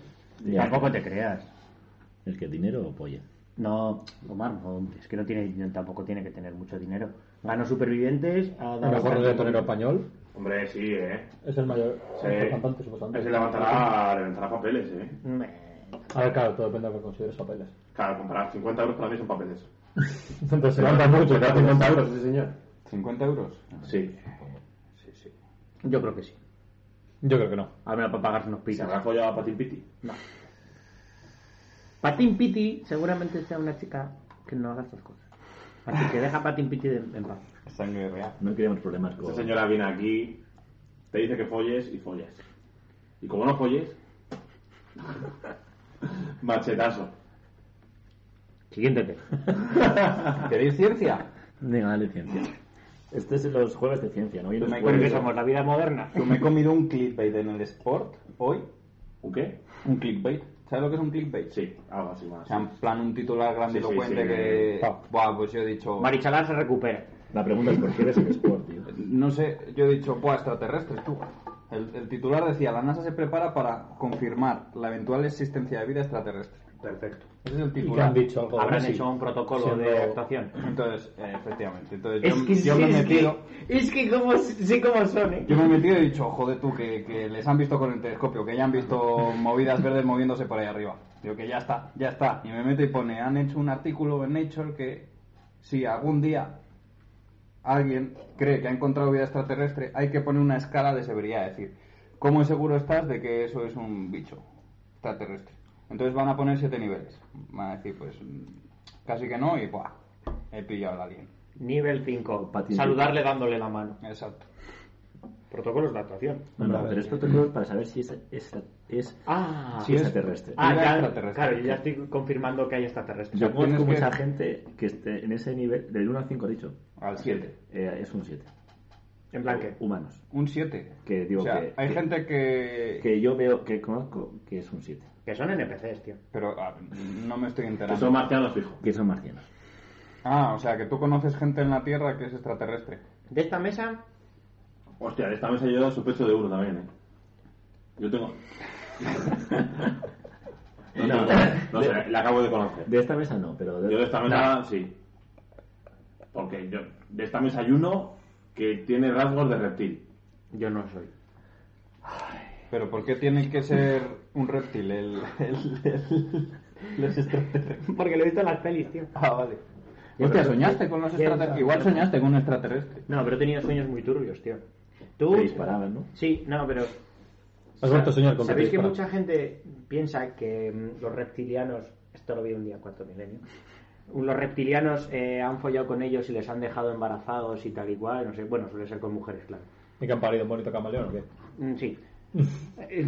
S3: Ya.
S5: Tampoco te creas.
S3: ¿El que dinero o polla?
S5: No, Omar, no, es que no tiene, tampoco tiene que tener mucho dinero. Ganó Supervivientes, ha
S2: El
S5: dado...
S2: mejor reggaetonero español.
S1: Hombre, sí, ¿eh?
S2: Es el mayor
S1: Sí.
S2: cantante, supuestamente.
S1: Ese levantará, levantará papeles, ¿eh?
S5: Meh.
S2: A ver, claro, todo depende de lo que consideres papeles.
S1: Claro, comprar 50 euros para mí son papeles.
S2: Entonces se levanta mucho.
S1: ¿Te da 50 euros ese señor?
S4: ¿50 euros?
S1: Sí.
S5: Yo creo que sí.
S6: Yo creo que no.
S5: Al menos para pagarse unos
S1: ¿Se
S5: pitos.
S1: habrá follado a Patin Piti?
S5: Patin Piti seguramente sea una chica que no haga estas cosas. Así que deja a Patin Piti de- en paz.
S4: Sangre real.
S3: No queremos problemas con.
S1: Esta señora viene aquí, te dice que folles y follas. Y como no folles, machetazo.
S5: Siguiente tema.
S4: ¿Queréis ciencia?
S3: Venga, dale ciencia. Este es los jueves de ciencia, ¿no? Hoy los
S4: Me
S3: jueves-
S5: Porque somos la vida moderna.
S4: Yo me he comido un clickbait en el sport hoy.
S1: ¿Un qué?
S4: Un clickbait. ¿Sabes lo que es un clickbait?
S1: Sí, algo así más.
S4: O sea, en plan un titular grandilocuente
S1: Sí, sí, sí.
S4: que...
S1: Ah.
S4: Buah, pues yo he dicho...
S5: Marichalar se recupera.
S3: La pregunta es por qué eres el sport, tío.
S4: No sé, yo he dicho, buah, extraterrestres, tú. El, el titular decía, la NASA se prepara para confirmar la eventual existencia de vida extraterrestre.
S2: Perfecto.
S4: Ese es el
S2: ¿Y qué han
S4: titular.
S2: dicho? Algo
S5: Habrán
S2: así.
S5: hecho un protocolo
S2: Siendo-
S5: de actuación.
S4: Entonces, eh, efectivamente. Entonces
S5: Es
S4: yo,
S5: que
S4: yo
S5: sí,
S4: me he
S5: es
S4: metido...
S5: que, es que como, sí como son, ¿eh?
S4: Yo me he metido y he dicho, joder tú, que, que les han visto con el telescopio, que ya han visto movidas verdes moviéndose por ahí arriba. Digo que ya está, ya está. Y me meto y pone, han hecho un artículo en Nature que si algún día alguien cree que ha encontrado vida extraterrestre, hay que poner una escala de severidad, es decir, ¿cómo seguro estás de que eso es un bicho extraterrestre? Entonces van a poner siete niveles. Van a decir, pues mm, casi que no y ¡buah! He pillado al alien.
S5: Nivel 5.
S3: Patin
S5: Saludarle dándole la mano.
S4: Exacto.
S5: Protocolos de actuación.
S3: No, no, pero es protocolo para saber si es, es, es
S5: Ah,
S3: si es extraterrestre.
S5: Ah,
S4: Vida
S5: ya-
S4: extraterrestre.
S5: claro, yo ya estoy confirmando que hay extraterrestres.
S3: Yo conozco
S4: tienes que-
S3: mucha gente que esté en ese nivel, del 1 al 5 dicho,
S4: Al siete.
S3: eh, es un 7.
S5: En
S1: Ah,
S5: plan que.
S3: Humanos.
S4: Un 7.
S3: Que digo
S4: o sea,
S3: que-
S4: hay
S3: que-
S4: gente que...
S3: Que yo veo, que conozco, que es un 7.
S5: Que son NPCs, tío.
S4: Pero ah, no me estoy
S1: Que
S4: enterando.
S1: son marcianos fijo.
S3: Que son marcianos.
S4: Ah, o sea, que tú conoces gente en la Tierra que es extraterrestre.
S5: De esta mesa,
S1: Hostia, de esta mesa yo he dado su pecho de uno también, ¿eh? Yo tengo... no, no, no sé, la acabo de conocer.
S3: De esta mesa no, pero... de-
S1: Yo de esta mesa, sí. Porque yo, de esta mesa hay uno que tiene rasgos de reptil.
S5: yo no soy.
S4: Pero ¿por qué tiene que ser un reptil el... el- el- los extraterrestres?
S5: Porque lo he visto en las pelis, tío.
S4: Ah, vale. Hostia, soñaste con los extraterrestres. Igual soñaste con un extraterrestre.
S5: No, pero he tenido sueños muy turbios, tío. Tú.
S3: Que disparaban, ¿no?
S5: Sí, no, pero.
S2: Has vuelto a soñar con
S5: Sabéis que
S2: disparar.
S5: mucha gente piensa que mm, los reptilianos. Esto lo vi un día cuarto milenio. Los reptilianos eh, han follado con ellos y les han dejado embarazados y tal y cual. No sé, bueno, suele ser con mujeres, claro.
S6: ¿Y que han parido un bonito camaleón o qué?
S5: Mm, Sí. Eh,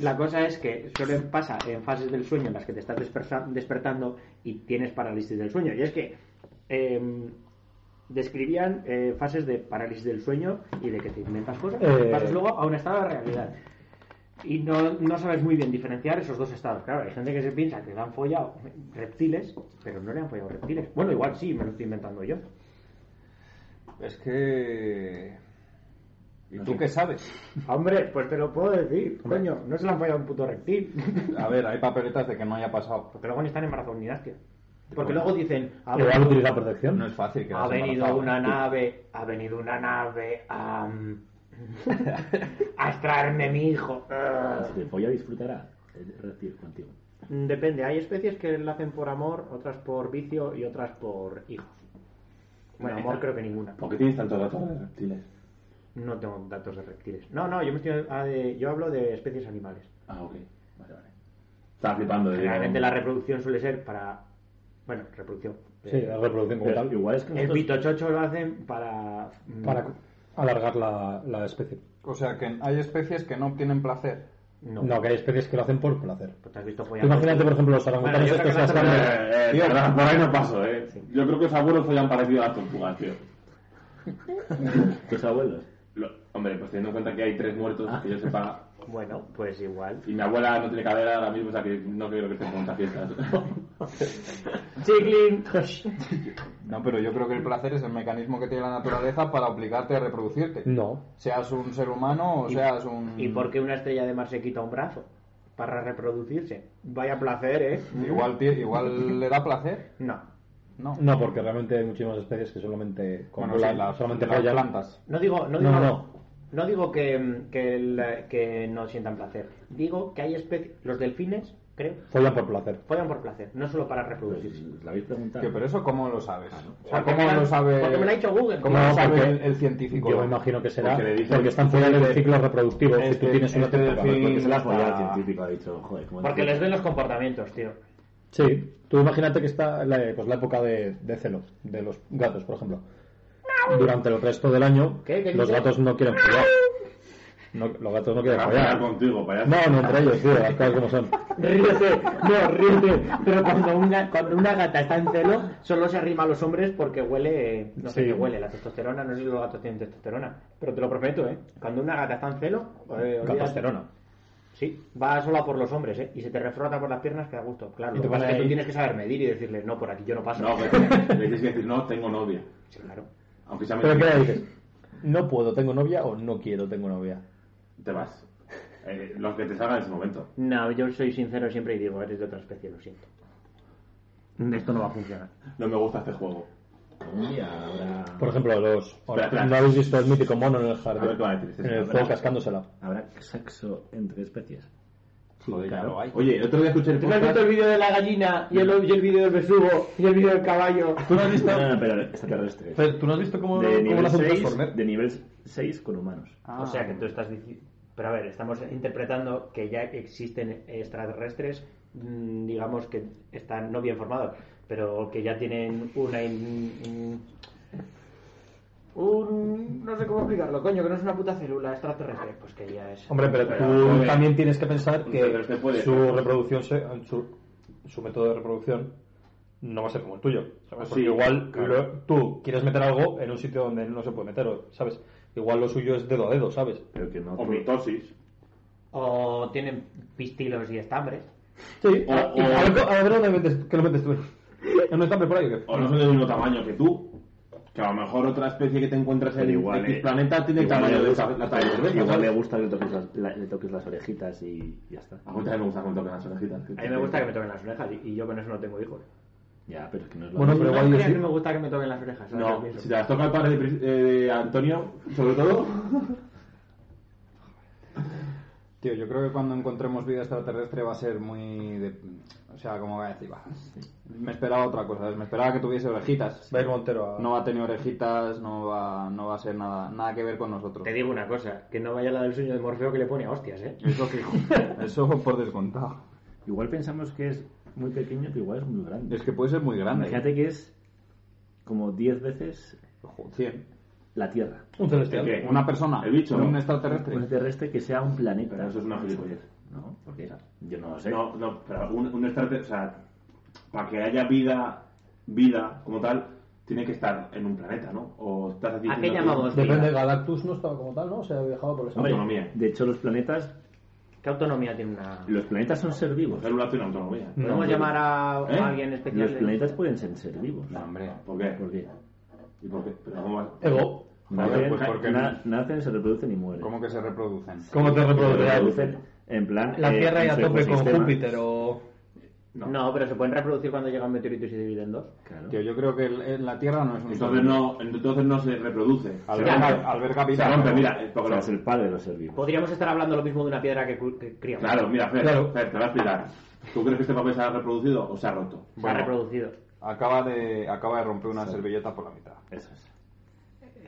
S5: La cosa es que suele pasa en fases del sueño en las que te estás dispersa- despertando y tienes parálisis del sueño. Y es que em, describían eh, fases de parálisis del sueño y de que te inventas cosas
S2: Eh.
S5: y pasas luego a un estado de realidad. Y no, no sabes muy bien diferenciar esos dos estados. Claro, hay gente que se piensa que le han follado reptiles, pero no le han follado reptiles. Bueno, igual sí, me lo estoy inventando yo.
S4: Es que... ¿Y
S3: No
S4: tú
S3: sé.
S4: qué sabes?
S5: Hombre, pues te lo puedo decir. Coño, no se le han follado un puto reptil.
S4: A ver, hay papeletas de que no haya pasado.
S5: Porque luego ni están embarazados ni nada, tío. Porque luego dicen, ha
S2: Igual
S5: venido,
S2: utiliza protección.
S4: No es fácil que
S5: ha
S4: hayas
S5: venido
S4: embarazado.
S5: una nave, ha venido una nave a, a extraerme mi hijo.
S3: Ah, Si te folla disfrutará el reptil eh, contigo.
S5: Depende, hay especies que lo hacen por amor, otras por vicio y otras por hijos. Bueno, amor creo que ninguna.
S1: ¿Por qué tienes tantos rasgos de reptiles?
S5: No tengo datos de reptiles. No, no, yo me estoy, ah, de- yo hablo de especies animales.
S1: Ah, ok. Vale, vale. Estaba flipando. eh. digo,
S5: Generalmente la reproducción suele ser para... Bueno, reproducción.
S2: Sí, la reproducción como
S3: Pero
S2: tal.
S3: igual es que
S5: El
S3: nosotros-
S5: pitochocho lo hacen para...
S2: Para alargar la, la especie.
S4: O sea, que hay especies que no obtienen placer.
S5: mm, No.
S2: No. que hay especies que lo hacen por placer.
S5: Pues te has visto
S2: Tú
S5: follando.
S2: Imagínate, por ejemplo, los orangutanes
S5: Bueno, yo creo
S2: estos
S5: que no
S2: rascando-
S5: se
S1: Eh, eh, tío, por ahí no paso, eh. Yo creo que los abuelos follan parecido a las tortugas, tío.
S3: Tus abuelos.
S1: Lo- hombre, pues teniendo en cuenta que hay tres muertos, que yo sepa,
S5: Bueno, pues igual.
S1: y mi abuela no tiene cadera ahora mismo, o sea que no quiero que esté con muchas fiestas.
S5: Chiglin.
S4: No, pero yo creo que el placer es el mecanismo que tiene la naturaleza para obligarte a reproducirte.
S2: No.
S4: Seas un ser humano o seas un...
S5: ¿Y por qué una estrella de mar se quita un brazo? Para reproducirse. Vaya placer, ¿eh?
S4: Igual, ti- igual le da placer.
S5: No.
S4: No.
S2: No, porque realmente hay muchísimas especies que solamente
S4: Bueno,
S2: copulan,
S4: sí, la-
S2: solamente
S4: las
S2: follan.
S4: plantas.
S5: No digo,
S2: No,
S5: no digo,
S2: no.
S5: no digo que, que, el- que no sientan placer. Digo que hay especies. Los delfines creo.
S2: Follan por placer.
S5: Follan por placer, no solo para
S3: pues,
S4: Pues,
S5: reproducirse.
S3: ¿La habéis preguntado?
S4: Tío, pero eso, ¿cómo lo sabes? O sea,
S5: Porque
S4: ¿cómo
S5: me la-
S4: lo sabe,
S5: porque me lo ha dicho Google.
S4: ¿Cómo
S2: No,
S4: lo sabe
S2: porque
S4: el, el científico?
S2: Yo me imagino que será
S1: Porque le
S2: porque,
S1: dicen- este
S2: están fuera del ciclo reproductivo. si tú
S4: este-
S2: tienes una
S4: este
S2: temporada.
S4: delfín-
S3: Porque se la ha
S4: Ah.
S3: follado el científico, ha dicho, joder, ¿cómo
S5: Porque les ven los comportamientos, tío.
S2: Sí, tú imagínate que está la, pues, la época de, de celo, de los gatos, por ejemplo. Durante el resto del año,
S5: ¿Qué? ¿Qué
S2: los
S5: dices?
S2: gatos no quieren follar. No, los gatos no quieren
S1: Voy a
S2: follar.
S1: contigo, payaso.
S2: No, no entre ellos, tío, las cosas como son.
S5: Ríete, no, ríete. Pero cuando una, cuando una gata está en celo, solo se arrima a los hombres porque huele, eh, no sé
S2: Sí.
S5: qué huele, la testosterona, no sé si los gatos tienen testosterona. Pero te lo prometo, ¿eh? Cuando una gata está en celo, eh, olvídate.
S2: Gatosterona.
S5: Sí, va sola por los hombres, ¿eh? Y se te refrota por las piernas que da gusto. Claro,
S2: Y
S5: lo
S2: te
S5: que pasa
S2: pone
S5: es que tú
S2: ahí.
S5: tienes que saber medir y decirle, no, por aquí yo no paso.
S1: No, que- le tienes que decir, no, tengo novia.
S5: Sí, claro.
S1: Aunque sea
S2: Pero ¿qué
S1: mentira.
S2: le dices? ¿No puedo, tengo novia o no quiero, tengo novia?
S1: Te vas. Eh, lo que te salga en ese momento.
S5: No, yo soy sincero siempre y digo, eres de otra especie, lo siento. Esto no va a funcionar.
S1: No me gusta este juego.
S3: Un día habrá...
S2: Por ejemplo, los.
S1: Ah. Espera, espera.
S2: ¿No habéis visto el mítico mono en el
S1: A ver qué va a
S2: jardín?
S1: decir.
S2: En el fuego cascándosela.
S3: ¿Habrá sexo entre especies?
S4: Joder, ya lo hay.
S1: Oye, el otro día escuché el
S5: ¿Tú no has
S1: podcast.
S5: visto el vídeo de la gallina y el, y el vídeo del besugo y el vídeo del caballo?
S1: ¿Tú no has visto?
S3: No, no, no, pero extraterrestres.
S2: Pero, ¿Tú no has visto cómo,
S3: de,
S2: cómo lo
S3: nivel
S2: hace un
S3: 6,
S2: Transformer?
S3: de nivel 6 con humanos.
S4: Ah.
S5: O sea que tú estás dici- Pero a ver, estamos interpretando que ya existen extraterrestres, mm, digamos que están no bien formados, pero que ya tienen una. in- in- un. No sé cómo explicarlo, coño, que no es una puta célula extraterrestre. Pues que ya es.
S2: Hombre, pero
S1: Pero,
S2: tú
S1: joder.
S2: también tienes que pensar
S1: Pero se
S2: que
S1: puede.
S2: su reproducción, se- su, su método de reproducción, no va a ser como el tuyo. ¿sabes? Porque
S1: Sí,
S2: igual
S1: claro.
S2: lo- tú quieres meter algo en un sitio donde no se puede meter, o- ¿sabes? Igual lo suyo es dedo a dedo, ¿sabes?
S3: Pero que no...
S1: O mitosis.
S5: O tienen pistilos y estambres.
S2: Sí,
S1: O-
S2: a,
S1: o-
S2: a ver, a ver dónde metes, ¿qué lo metes tú. ¿En un estambre por ahí o qué?
S1: O no son del mismo tamaño que tú. Que a lo mejor otra especie que te encuentras en
S3: Pero igual,
S1: X
S3: eh,
S1: planeta tiene el
S3: igual
S1: tamaño
S3: le
S1: de
S3: gusta-
S1: esa- la talla de cerveza,
S3: Igual
S1: ¿sabes?
S3: le gusta que le toques las, la- le toques las orejitas y ya está.
S1: A mí también me gusta que me toquen las orejitas.
S5: A mí me gusta que me toquen las orejas y, y yo con eso no tengo hijos.
S3: Ya, pero es que no es lo
S2: Bueno,
S3: mismo.
S2: pero
S5: No
S2: igual yo
S5: creas
S2: sí.
S5: que me gusta que me toquen las orejas. ahora que lo
S1: No,
S5: pienso.
S1: si te las toca el padre de, Pris- eh, de Antonio, sobre todo.
S4: Tío, yo creo que cuando encontremos vida extraterrestre va a ser muy... de- O sea, como va a decir, va. Me esperaba otra cosa, ¿sabes? me esperaba que tuviese orejitas.
S2: Va a ir Montero a...
S4: No va a tener orejitas, no va, no va a ser nada, nada que ver con nosotros.
S5: Te digo una cosa, que no vaya la del sueño de Morfeo que le pone a hostias, ¿eh?
S4: Eso fijo. Eso por descontado.
S3: Igual pensamos que es muy pequeño, pero igual es muy grande.
S4: Es que puede ser muy grande.
S3: Imagínate que es como 10 veces
S4: Ojo, 100.
S3: la Tierra.
S2: Un celestial.
S1: ¿El qué?
S4: Una persona.
S1: El bicho, ¿no?
S4: Un
S3: Un
S4: extraterrestre.
S3: terrestre que sea un planeta.
S1: Pero eso es una gilipollez.
S3: No, porque yo no lo sé.
S1: No, no, pero un, un extraterrestre, o sea, para que haya vida, vida como tal, tiene que estar en un planeta, ¿no? O estás
S5: ¿A
S1: diciendo
S5: qué
S1: que-
S5: llamamos
S2: Depende,
S5: vida?
S2: Galactus no estaba como tal, ¿no? Se ha viajado por el
S3: Hombre,
S2: espacio.
S1: autonomía.
S3: de hecho los planetas,
S5: ¿Qué autonomía tiene una...?
S3: los planetas son ser vivos.
S1: Célula tiene autonomía.
S5: ¿Podemos
S1: No,
S5: llamar a
S1: ¿Eh?
S5: a alguien
S3: Los
S5: especial? de-
S3: planetas pueden ser ser vivos.
S4: No, hombre.
S1: ¿Por qué?
S3: ¿Por qué?
S1: ¿Y por qué? Pero ¿cómo va?
S2: Ego.
S3: Nacen,
S4: pues, ¿por qué no?
S3: na- nacen, se reproducen y mueren.
S4: ¿Cómo que se reproducen?
S2: ¿Cómo te
S3: Se
S2: reproducirás?
S3: reproducen en plan.
S2: La
S3: eh,
S2: Tierra
S3: en
S2: ya a
S3: su
S2: tope con
S3: ecosistema.
S2: Júpiter o...
S5: No. pero se pueden reproducir cuando llegan meteoritos y se dividen en dos.
S3: Claro.
S4: Tío, yo creo que el- el- la Tierra no es un...
S1: Entonces no, entonces no se reproduce. Se
S4: Alberga-
S1: rompe.
S4: alberga vida.
S1: Se rompe, mira. eh,
S3: O
S1: porque
S3: sea,
S1: lo-
S3: es el padre de los ser vivos.
S5: Podríamos estar hablando lo mismo de una piedra que, cu- que cría.
S1: Claro, mira, Fer,
S2: Claro.
S1: Fer, te voy a explicar. ¿Tú crees que este papel se ha reproducido o se ha roto?
S5: Se
S4: Bueno.
S5: ha reproducido.
S4: Acaba de, acaba de romper una servilleta por la mitad.
S3: Eso es.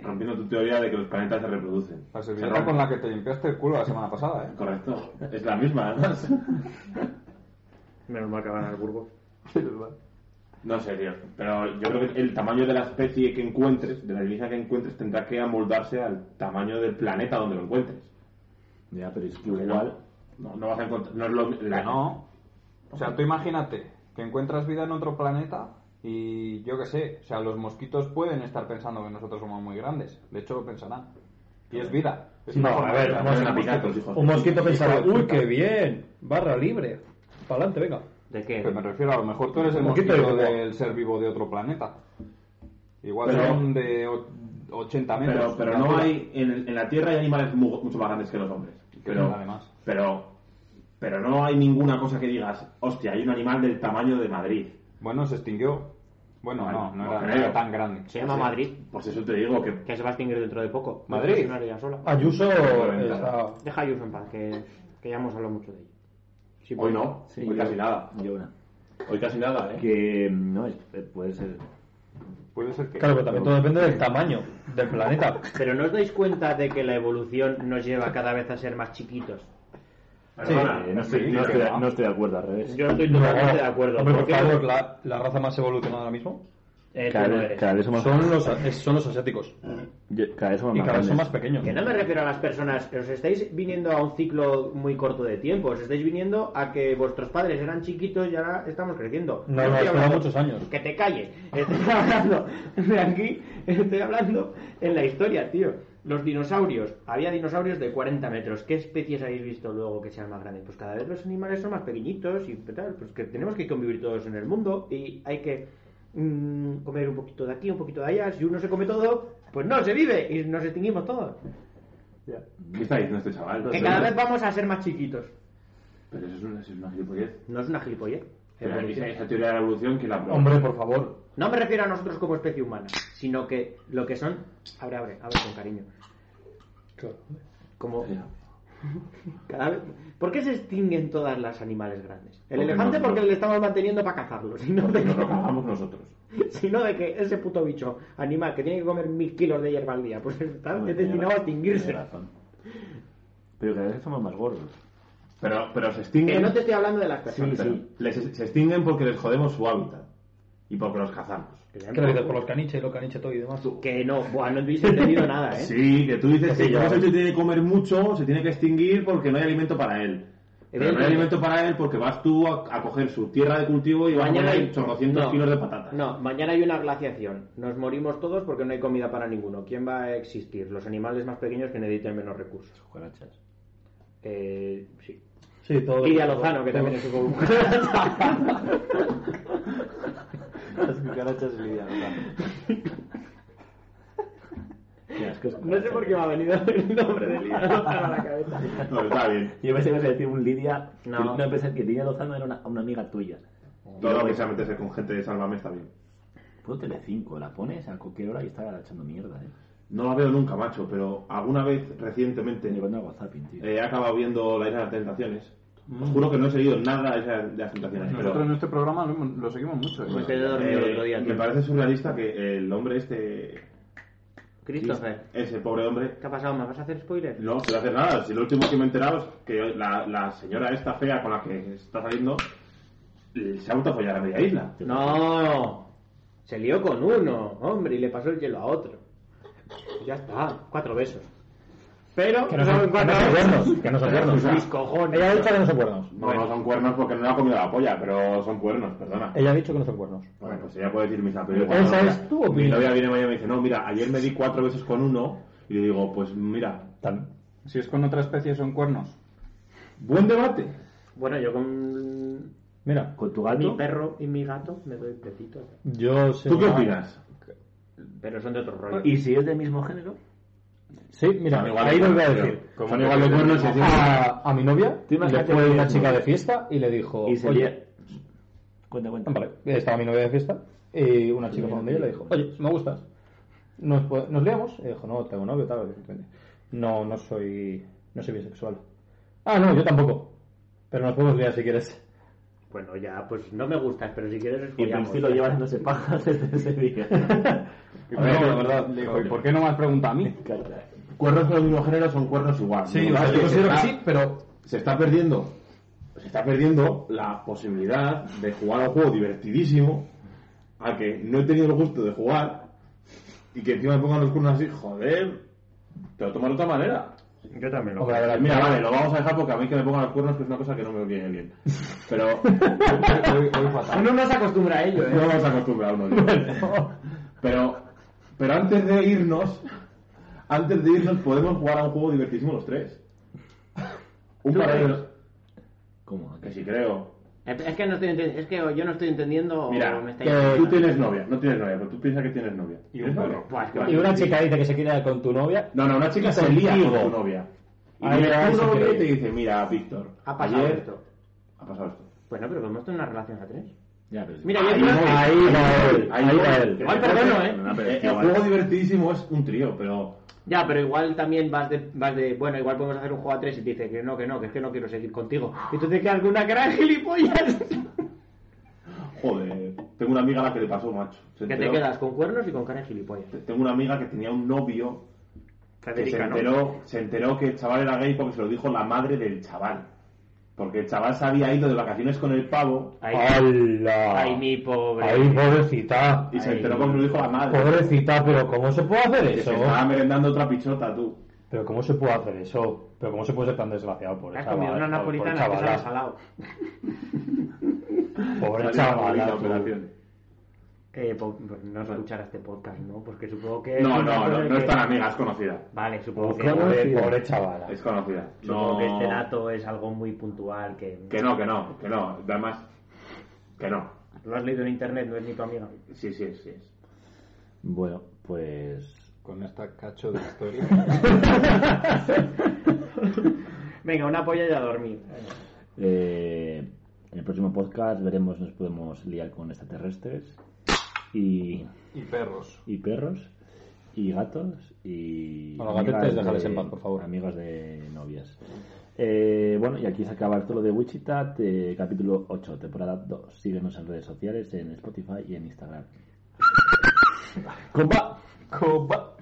S1: Rompiendo tu teoría de que los planetas se reproducen.
S4: La
S1: Se
S4: servilleta
S1: rompen.
S4: con la que te limpiaste el culo la semana pasada, ¿eh?
S1: Correcto. Es la misma, además.
S5: Menos mal que van al Burgos.
S4: Sí, es verdad.
S1: No sé, tío. Pero yo creo que el tamaño de la especie que encuentres, de la divisa que encuentres, tendrá que amoldarse al tamaño del planeta donde lo encuentres.
S3: Ya, pero es que igual.
S1: No, no vas a encontrar. No es lo la-
S4: Que no. O sea, tú imagínate que encuentras vida en otro planeta y yo qué sé, o sea, los mosquitos pueden estar pensando que nosotros somos muy grandes. De hecho, lo pensarán. Y es vida. Es
S2: No,
S4: una forma
S2: a ver,
S4: de vida.
S1: No van a picar tus hijos.
S2: Un mosquito pensará,
S4: Hijo de
S2: uy,
S4: puta".
S2: qué bien, barra libre. Para adelante, venga.
S5: ¿De qué?
S6: Pues
S4: Pero me refiero, a lo mejor tú eres el
S2: Un poquito
S4: mosquito
S2: de vida.
S4: del ser vivo de otro planeta. Igual
S1: Pero-
S4: son de o- 80 metros.
S1: Pero, pero
S4: de
S1: no
S4: altura.
S1: hay. En, en la Tierra hay animales mu- mucho más grandes que los hombres. Pero,
S4: Además.
S1: pero. Pero no hay ninguna cosa que digas, hostia, hay un animal del tamaño de Madrid.
S4: Bueno, se extinguió. Bueno, no, no era, no era tan grande.
S5: Se llama
S1: Sí.
S5: Madrid,
S1: Pues eso te digo que.
S5: que se va a extinguir dentro de poco.
S4: ¿Madrid?
S5: Es una idea sola.
S2: Ayuso
S1: reventado.
S2: está...
S5: Deja a Ayuso en paz, que, que ya hemos hablado mucho de ello. Sí,
S1: Hoy
S5: pues.
S1: no,
S3: Sí,
S1: hoy
S3: yo-
S1: casi nada.
S3: Yo una.
S1: Hoy casi nada, ¿eh?
S3: Que mm, no, es- eh, puede ser.
S1: Puede ser que.
S6: Claro, pero también todo depende del tamaño del planeta.
S5: Pero no os dais cuenta de que la evolución nos lleva cada vez a ser más chiquitos.
S1: Perdona,
S3: Eh, no, estoy,
S1: sí,
S3: no,
S1: que
S3: estoy,
S1: no.
S3: no estoy de acuerdo, al revés.
S5: Yo estoy totalmente de acuerdo.
S6: Hombre, por
S5: porque-
S6: favor, la, la raza más evolucionada ahora mismo
S5: Eh, tú
S3: Cada,
S5: no
S3: vez-
S5: eres.
S3: cada vez somos,
S6: son los, es- son los asiáticos.
S3: yo- cada vez somos
S6: Y
S3: más
S6: cada vez son
S3: grandes.
S6: más pequeños.
S5: Que no me refiero a las personas, os estáis viniendo a un ciclo muy corto de tiempo, os estáis viniendo a que vuestros padres eran chiquitos y ahora estamos creciendo.
S6: No, no,
S5: Estoy
S6: espera
S5: hablando-
S6: muchos años.
S5: Que te calles, estoy hablando de aquí, estoy hablando en la historia, tío. Los dinosaurios, había dinosaurios de 40 metros. ¿Qué especies habéis visto luego que sean más grandes? Pues cada vez los animales son más pequeñitos y tal, pues que tenemos que convivir todos en el mundo y hay que mm, comer un poquito de aquí, un poquito de allá. Si uno se come todo, pues no se vive y nos extinguimos todos.
S1: ¿Qué está diciendo este chaval?
S5: Que cada vez vamos a ser más chiquitos.
S1: Pero eso es una, eso es una gilipollez.
S5: No es una gilipollez.
S1: Pero esa, esa teoría de la evolución que la probó.
S6: Hombre, por favor.
S5: No me refiero a nosotros como especie humana, sino que lo que son. Abre, abre, abre con cariño. Como cada vez. ¿Por qué se extinguen todas las animales grandes? El
S1: Porque
S5: elefante
S1: no-
S5: porque le estamos manteniendo para cazarlo, sino de,
S1: Porque nos lo cagamos nosotros.
S5: que, sino de que ese puto bicho animal que tiene que comer mil kilos de hierba al día, pues está
S3: Hombre,
S5: destinado
S3: tiene
S5: a
S3: razón,
S5: extinguirse.
S3: tiene razón. Pero cada vez somos más gordos.
S1: Pero, pero se
S5: Que
S1: extinguen.
S5: no te estoy hablando de las
S1: Sí,
S5: personas.
S1: pero les- se extinguen porque les jodemos su hábitat. Y porque los cazamos.
S6: ¿Qué lo dices? Por los caniches, los caniches todo y demás.
S5: Que no, buah, no habéis entendido nada, ¿eh?
S1: Sí, que tú dices
S5: Sí,
S1: que
S5: ya
S1: como
S5: ves.
S1: se tiene que comer mucho, se tiene que extinguir porque no hay alimento para él. Pero no hay
S5: Evidentemente.
S1: alimento para él porque vas tú a, a coger su tierra de cultivo y vas a poner chorrocientos
S5: no,
S1: kilos de patatas.
S5: No, mañana hay una glaciación. Nos morimos todos porque no hay comida para ninguno. ¿Quién va a existir? Los animales más pequeños que necesitan menos recursos.
S3: Cucarachas.
S5: Eh, sí.
S6: Sí, todo.
S5: Lidia Lozano, que también es un
S3: Las cucarachas Qué asco es
S5: No sé por qué me ha venido el nombre de Lidia Lozano a la cabeza.
S1: No, está bien.
S3: Yo pensé que ibas a decir un Lidia.
S5: No.
S3: No, pensé que Lidia Lozano era una, una amiga tuya.
S1: Todo lo que sea meterse con gente de Sálvame está bien.
S3: Puedo Telecinco, la pones a cualquier hora y está echando mierda, eh.
S1: No la veo nunca, macho, pero alguna vez recientemente
S3: Llevando a WhatsApp, tío.
S1: eh, he acabado viendo la Isla de las Tentaciones.
S5: Mm.
S1: Os juro que no he seguido nada de la Isla de las Tentaciones.
S4: Nosotros en
S1: pero,
S4: este programa lo, hemos- lo seguimos mucho. ¿eh?
S5: Me quedé
S1: eh,
S5: dormido el otro día.
S1: me
S5: tío.
S1: parece surrealista que el hombre este,
S5: Christopher,
S1: ese pobre hombre,
S5: ¿qué ha pasado? ¿Me vas a hacer spoiler?
S1: No, se va a hacer nada. Si lo último que me he enterado es que la, la señora esta fea con la que está saliendo eh, se ha autofollado a media isla.
S5: No. Se lió con uno, hombre, y le pasó el hielo a otro. Ya está, cuatro besos. Pero,
S6: Que no son que no son cuernos. Que no son cuernos.
S5: mis cojones.
S6: Ella ha dicho que no son cuernos.
S1: No, no son cuernos porque no le ha comido la polla, pero son cuernos, perdona.
S6: Ella ha dicho que no son cuernos.
S1: Bueno, pues ella puede decir mis apellidos.
S6: Esa
S1: Bueno,
S6: es
S1: mira,
S6: tu
S1: Mi
S6: opinión.
S1: novia viene mañana y me dice, no, mira, ayer me di cuatro veces con uno y le digo, pues mira,
S6: Tan-
S4: Si es con otra especie son cuernos.
S1: buen debate.
S5: Bueno, yo con
S6: Mira,
S3: Con tu
S5: mi
S3: gato.
S5: perro y mi gato me doy petitos.
S6: yo sé.
S1: ¿Tú qué opinas?
S5: Pero son de otro rollo.
S3: ¿Y si es del mismo género?
S6: Sí, mira,
S1: Son igual
S6: ahí
S1: de
S6: lo voy a
S1: cuernos,
S6: decir.
S1: tío. Son igual de cuernos y así-
S6: A, a mi novia
S3: Tú
S6: le
S3: imagínate
S6: fue
S3: que
S6: una
S3: es
S6: chica
S3: muy-
S6: de fiesta y le dijo.
S3: Y sería.
S6: "Oye,
S3: Cuenta, cuenta.
S6: Vale, estaba mi novia de fiesta y una chica con ella le dijo, oye, me gustas. Nos, po- nos liamos. Y dijo, no, tengo novio, tal, evidentemente. No, no soy, no soy bisexual. Ah, no, yo tampoco. Pero nos podemos liar si quieres.
S5: Bueno, ya, pues no me gustas, pero si quieres
S3: Y en
S5: follamos.
S3: sí lo llevas no sé pajas desde ese día.
S4: Y
S1: A ver,
S4: no,
S1: de verdad,
S4: le digo, ¿y por qué no me has preguntado a mí?
S3: Cacha.
S1: Cuernos con el mismo género son cuernos igual.
S6: Sí,
S1: No,
S6: o sea,
S1: no,
S6: yo
S1: se
S6: considero que
S1: está-
S6: sí, pero
S1: se está perdiendo se está perdiendo la posibilidad de jugar a un juego divertidísimo al que no he tenido el gusto de jugar y que encima me pongan los cuernos así joder te lo tomas de otra manera
S5: Yo también
S6: Hombre, a ver,
S1: mira vale lo vamos a dejar porque a mí que me pongan los cuernos que es una cosa que no me viene bien pero
S4: Hoy, hoy fatal.
S5: Uno no se acostumbra a ello, ¿eh?
S1: no nos acostumbramos ¿no? pero pero antes de irnos antes de irnos podemos jugar a un juego divertidísimo los tres un
S5: ¿Tú
S1: par de
S5: crees?
S1: ellos
S3: ¿Cómo?
S1: que sí creo
S5: Eh, Es que, no estoy enten- es que yo no estoy entendiendo. o
S1: Mira,
S5: me estáis-
S1: que tú tienes novia, no tienes novia, pero tú piensas que tienes novia.
S4: Y un perro.
S1: novia?
S5: Buah, es que
S1: Vale.
S6: Y una chica dice que se quiere con tu novia.
S1: No, no, una chica se lía con tu novia. Y
S6: Ahí
S1: viene
S6: va,
S1: tu
S6: eso
S1: novia y
S6: creo.
S1: te dice, mira, Víctor,
S5: ha pasado
S1: ayer-
S5: esto.
S1: Ha pasado esto.
S5: Bueno, pero podemos tener una relación a tres.
S3: Ya, pero sí.
S5: Mira,
S1: Ahí
S5: yo creo-
S1: voy,
S6: Ahí va él,
S1: Ahí
S6: ahí va
S1: voy.
S6: él.
S5: Ay, perdono, ¿eh?
S3: No, pero
S1: Eh,
S3: es que
S1: El
S3: igual.
S1: juego divertidísimo es un trío, pero
S5: Ya, pero igual también vas de, vas de, bueno, igual podemos hacer un juego a tres y te dice que no, que no, que es que no quiero seguir contigo. Y tú te quedas con una cara de gilipollas.
S1: Joder, tengo una amiga a la que le pasó, macho. Se
S5: que te
S1: enteró-
S5: quedas con cuernos y con cara de gilipollas.
S1: Tengo una amiga que tenía un novio que se
S5: Federica, ¿no?
S1: enteró, se enteró que el chaval era gay porque se lo dijo la madre del chaval. Porque el chaval se había ido de vacaciones con el pavo
S5: Ay,
S6: ¡Hala!
S5: ay, mi pobre.
S6: ¡Ay, pobrecita!
S1: y se
S5: Ay.
S1: enteró porque se lo dijo la madre.
S6: Pobrecita, pero ¿cómo se puede hacer
S1: que
S6: eso?
S1: se estaba merendando otra pichota, tú.
S6: Pero ¿cómo se puede hacer eso? ¿Pero cómo se puede ser tan desgraciado por
S5: Has
S6: chaval?
S5: comido una
S6: por- por
S5: napolitana que
S6: chavala?
S5: sabe salado.
S6: Pobre
S1: Salió la
S6: chaval.
S1: operación.
S5: Eh, po- pues no escuchará este podcast, ¿no? Porque supongo que...
S1: No, no, no,
S5: supongo
S1: no
S5: que-
S1: es tan amiga, es conocida.
S5: Vale, supongo que...
S6: Pobre, pobre chavala.
S1: Es conocida.
S5: Supongo
S1: No,
S5: que este dato es algo muy puntual que...
S1: que no, que no, que no. Además, que no.
S5: Lo has leído en internet, no es ni tu amiga.
S1: Sí, sí, sí. es.
S3: Bueno, pues.
S4: Con esta cacho de historia.
S5: Venga, una polla y a dormir.
S3: eh, en el próximo podcast veremos, nos podemos liar con extraterrestres y,
S4: y perros.
S3: y perros y gatos y.
S6: A los gatetes
S3: amigas
S6: dejarles
S3: de-
S6: en paz, por favor.
S3: Amigos de novias. Eh, bueno, y aquí se acaba esto lo de Wichita, te- capítulo 8, temporada 2. Síguenos en redes sociales, en Spotify y en Instagram.
S6: Copa. Copa.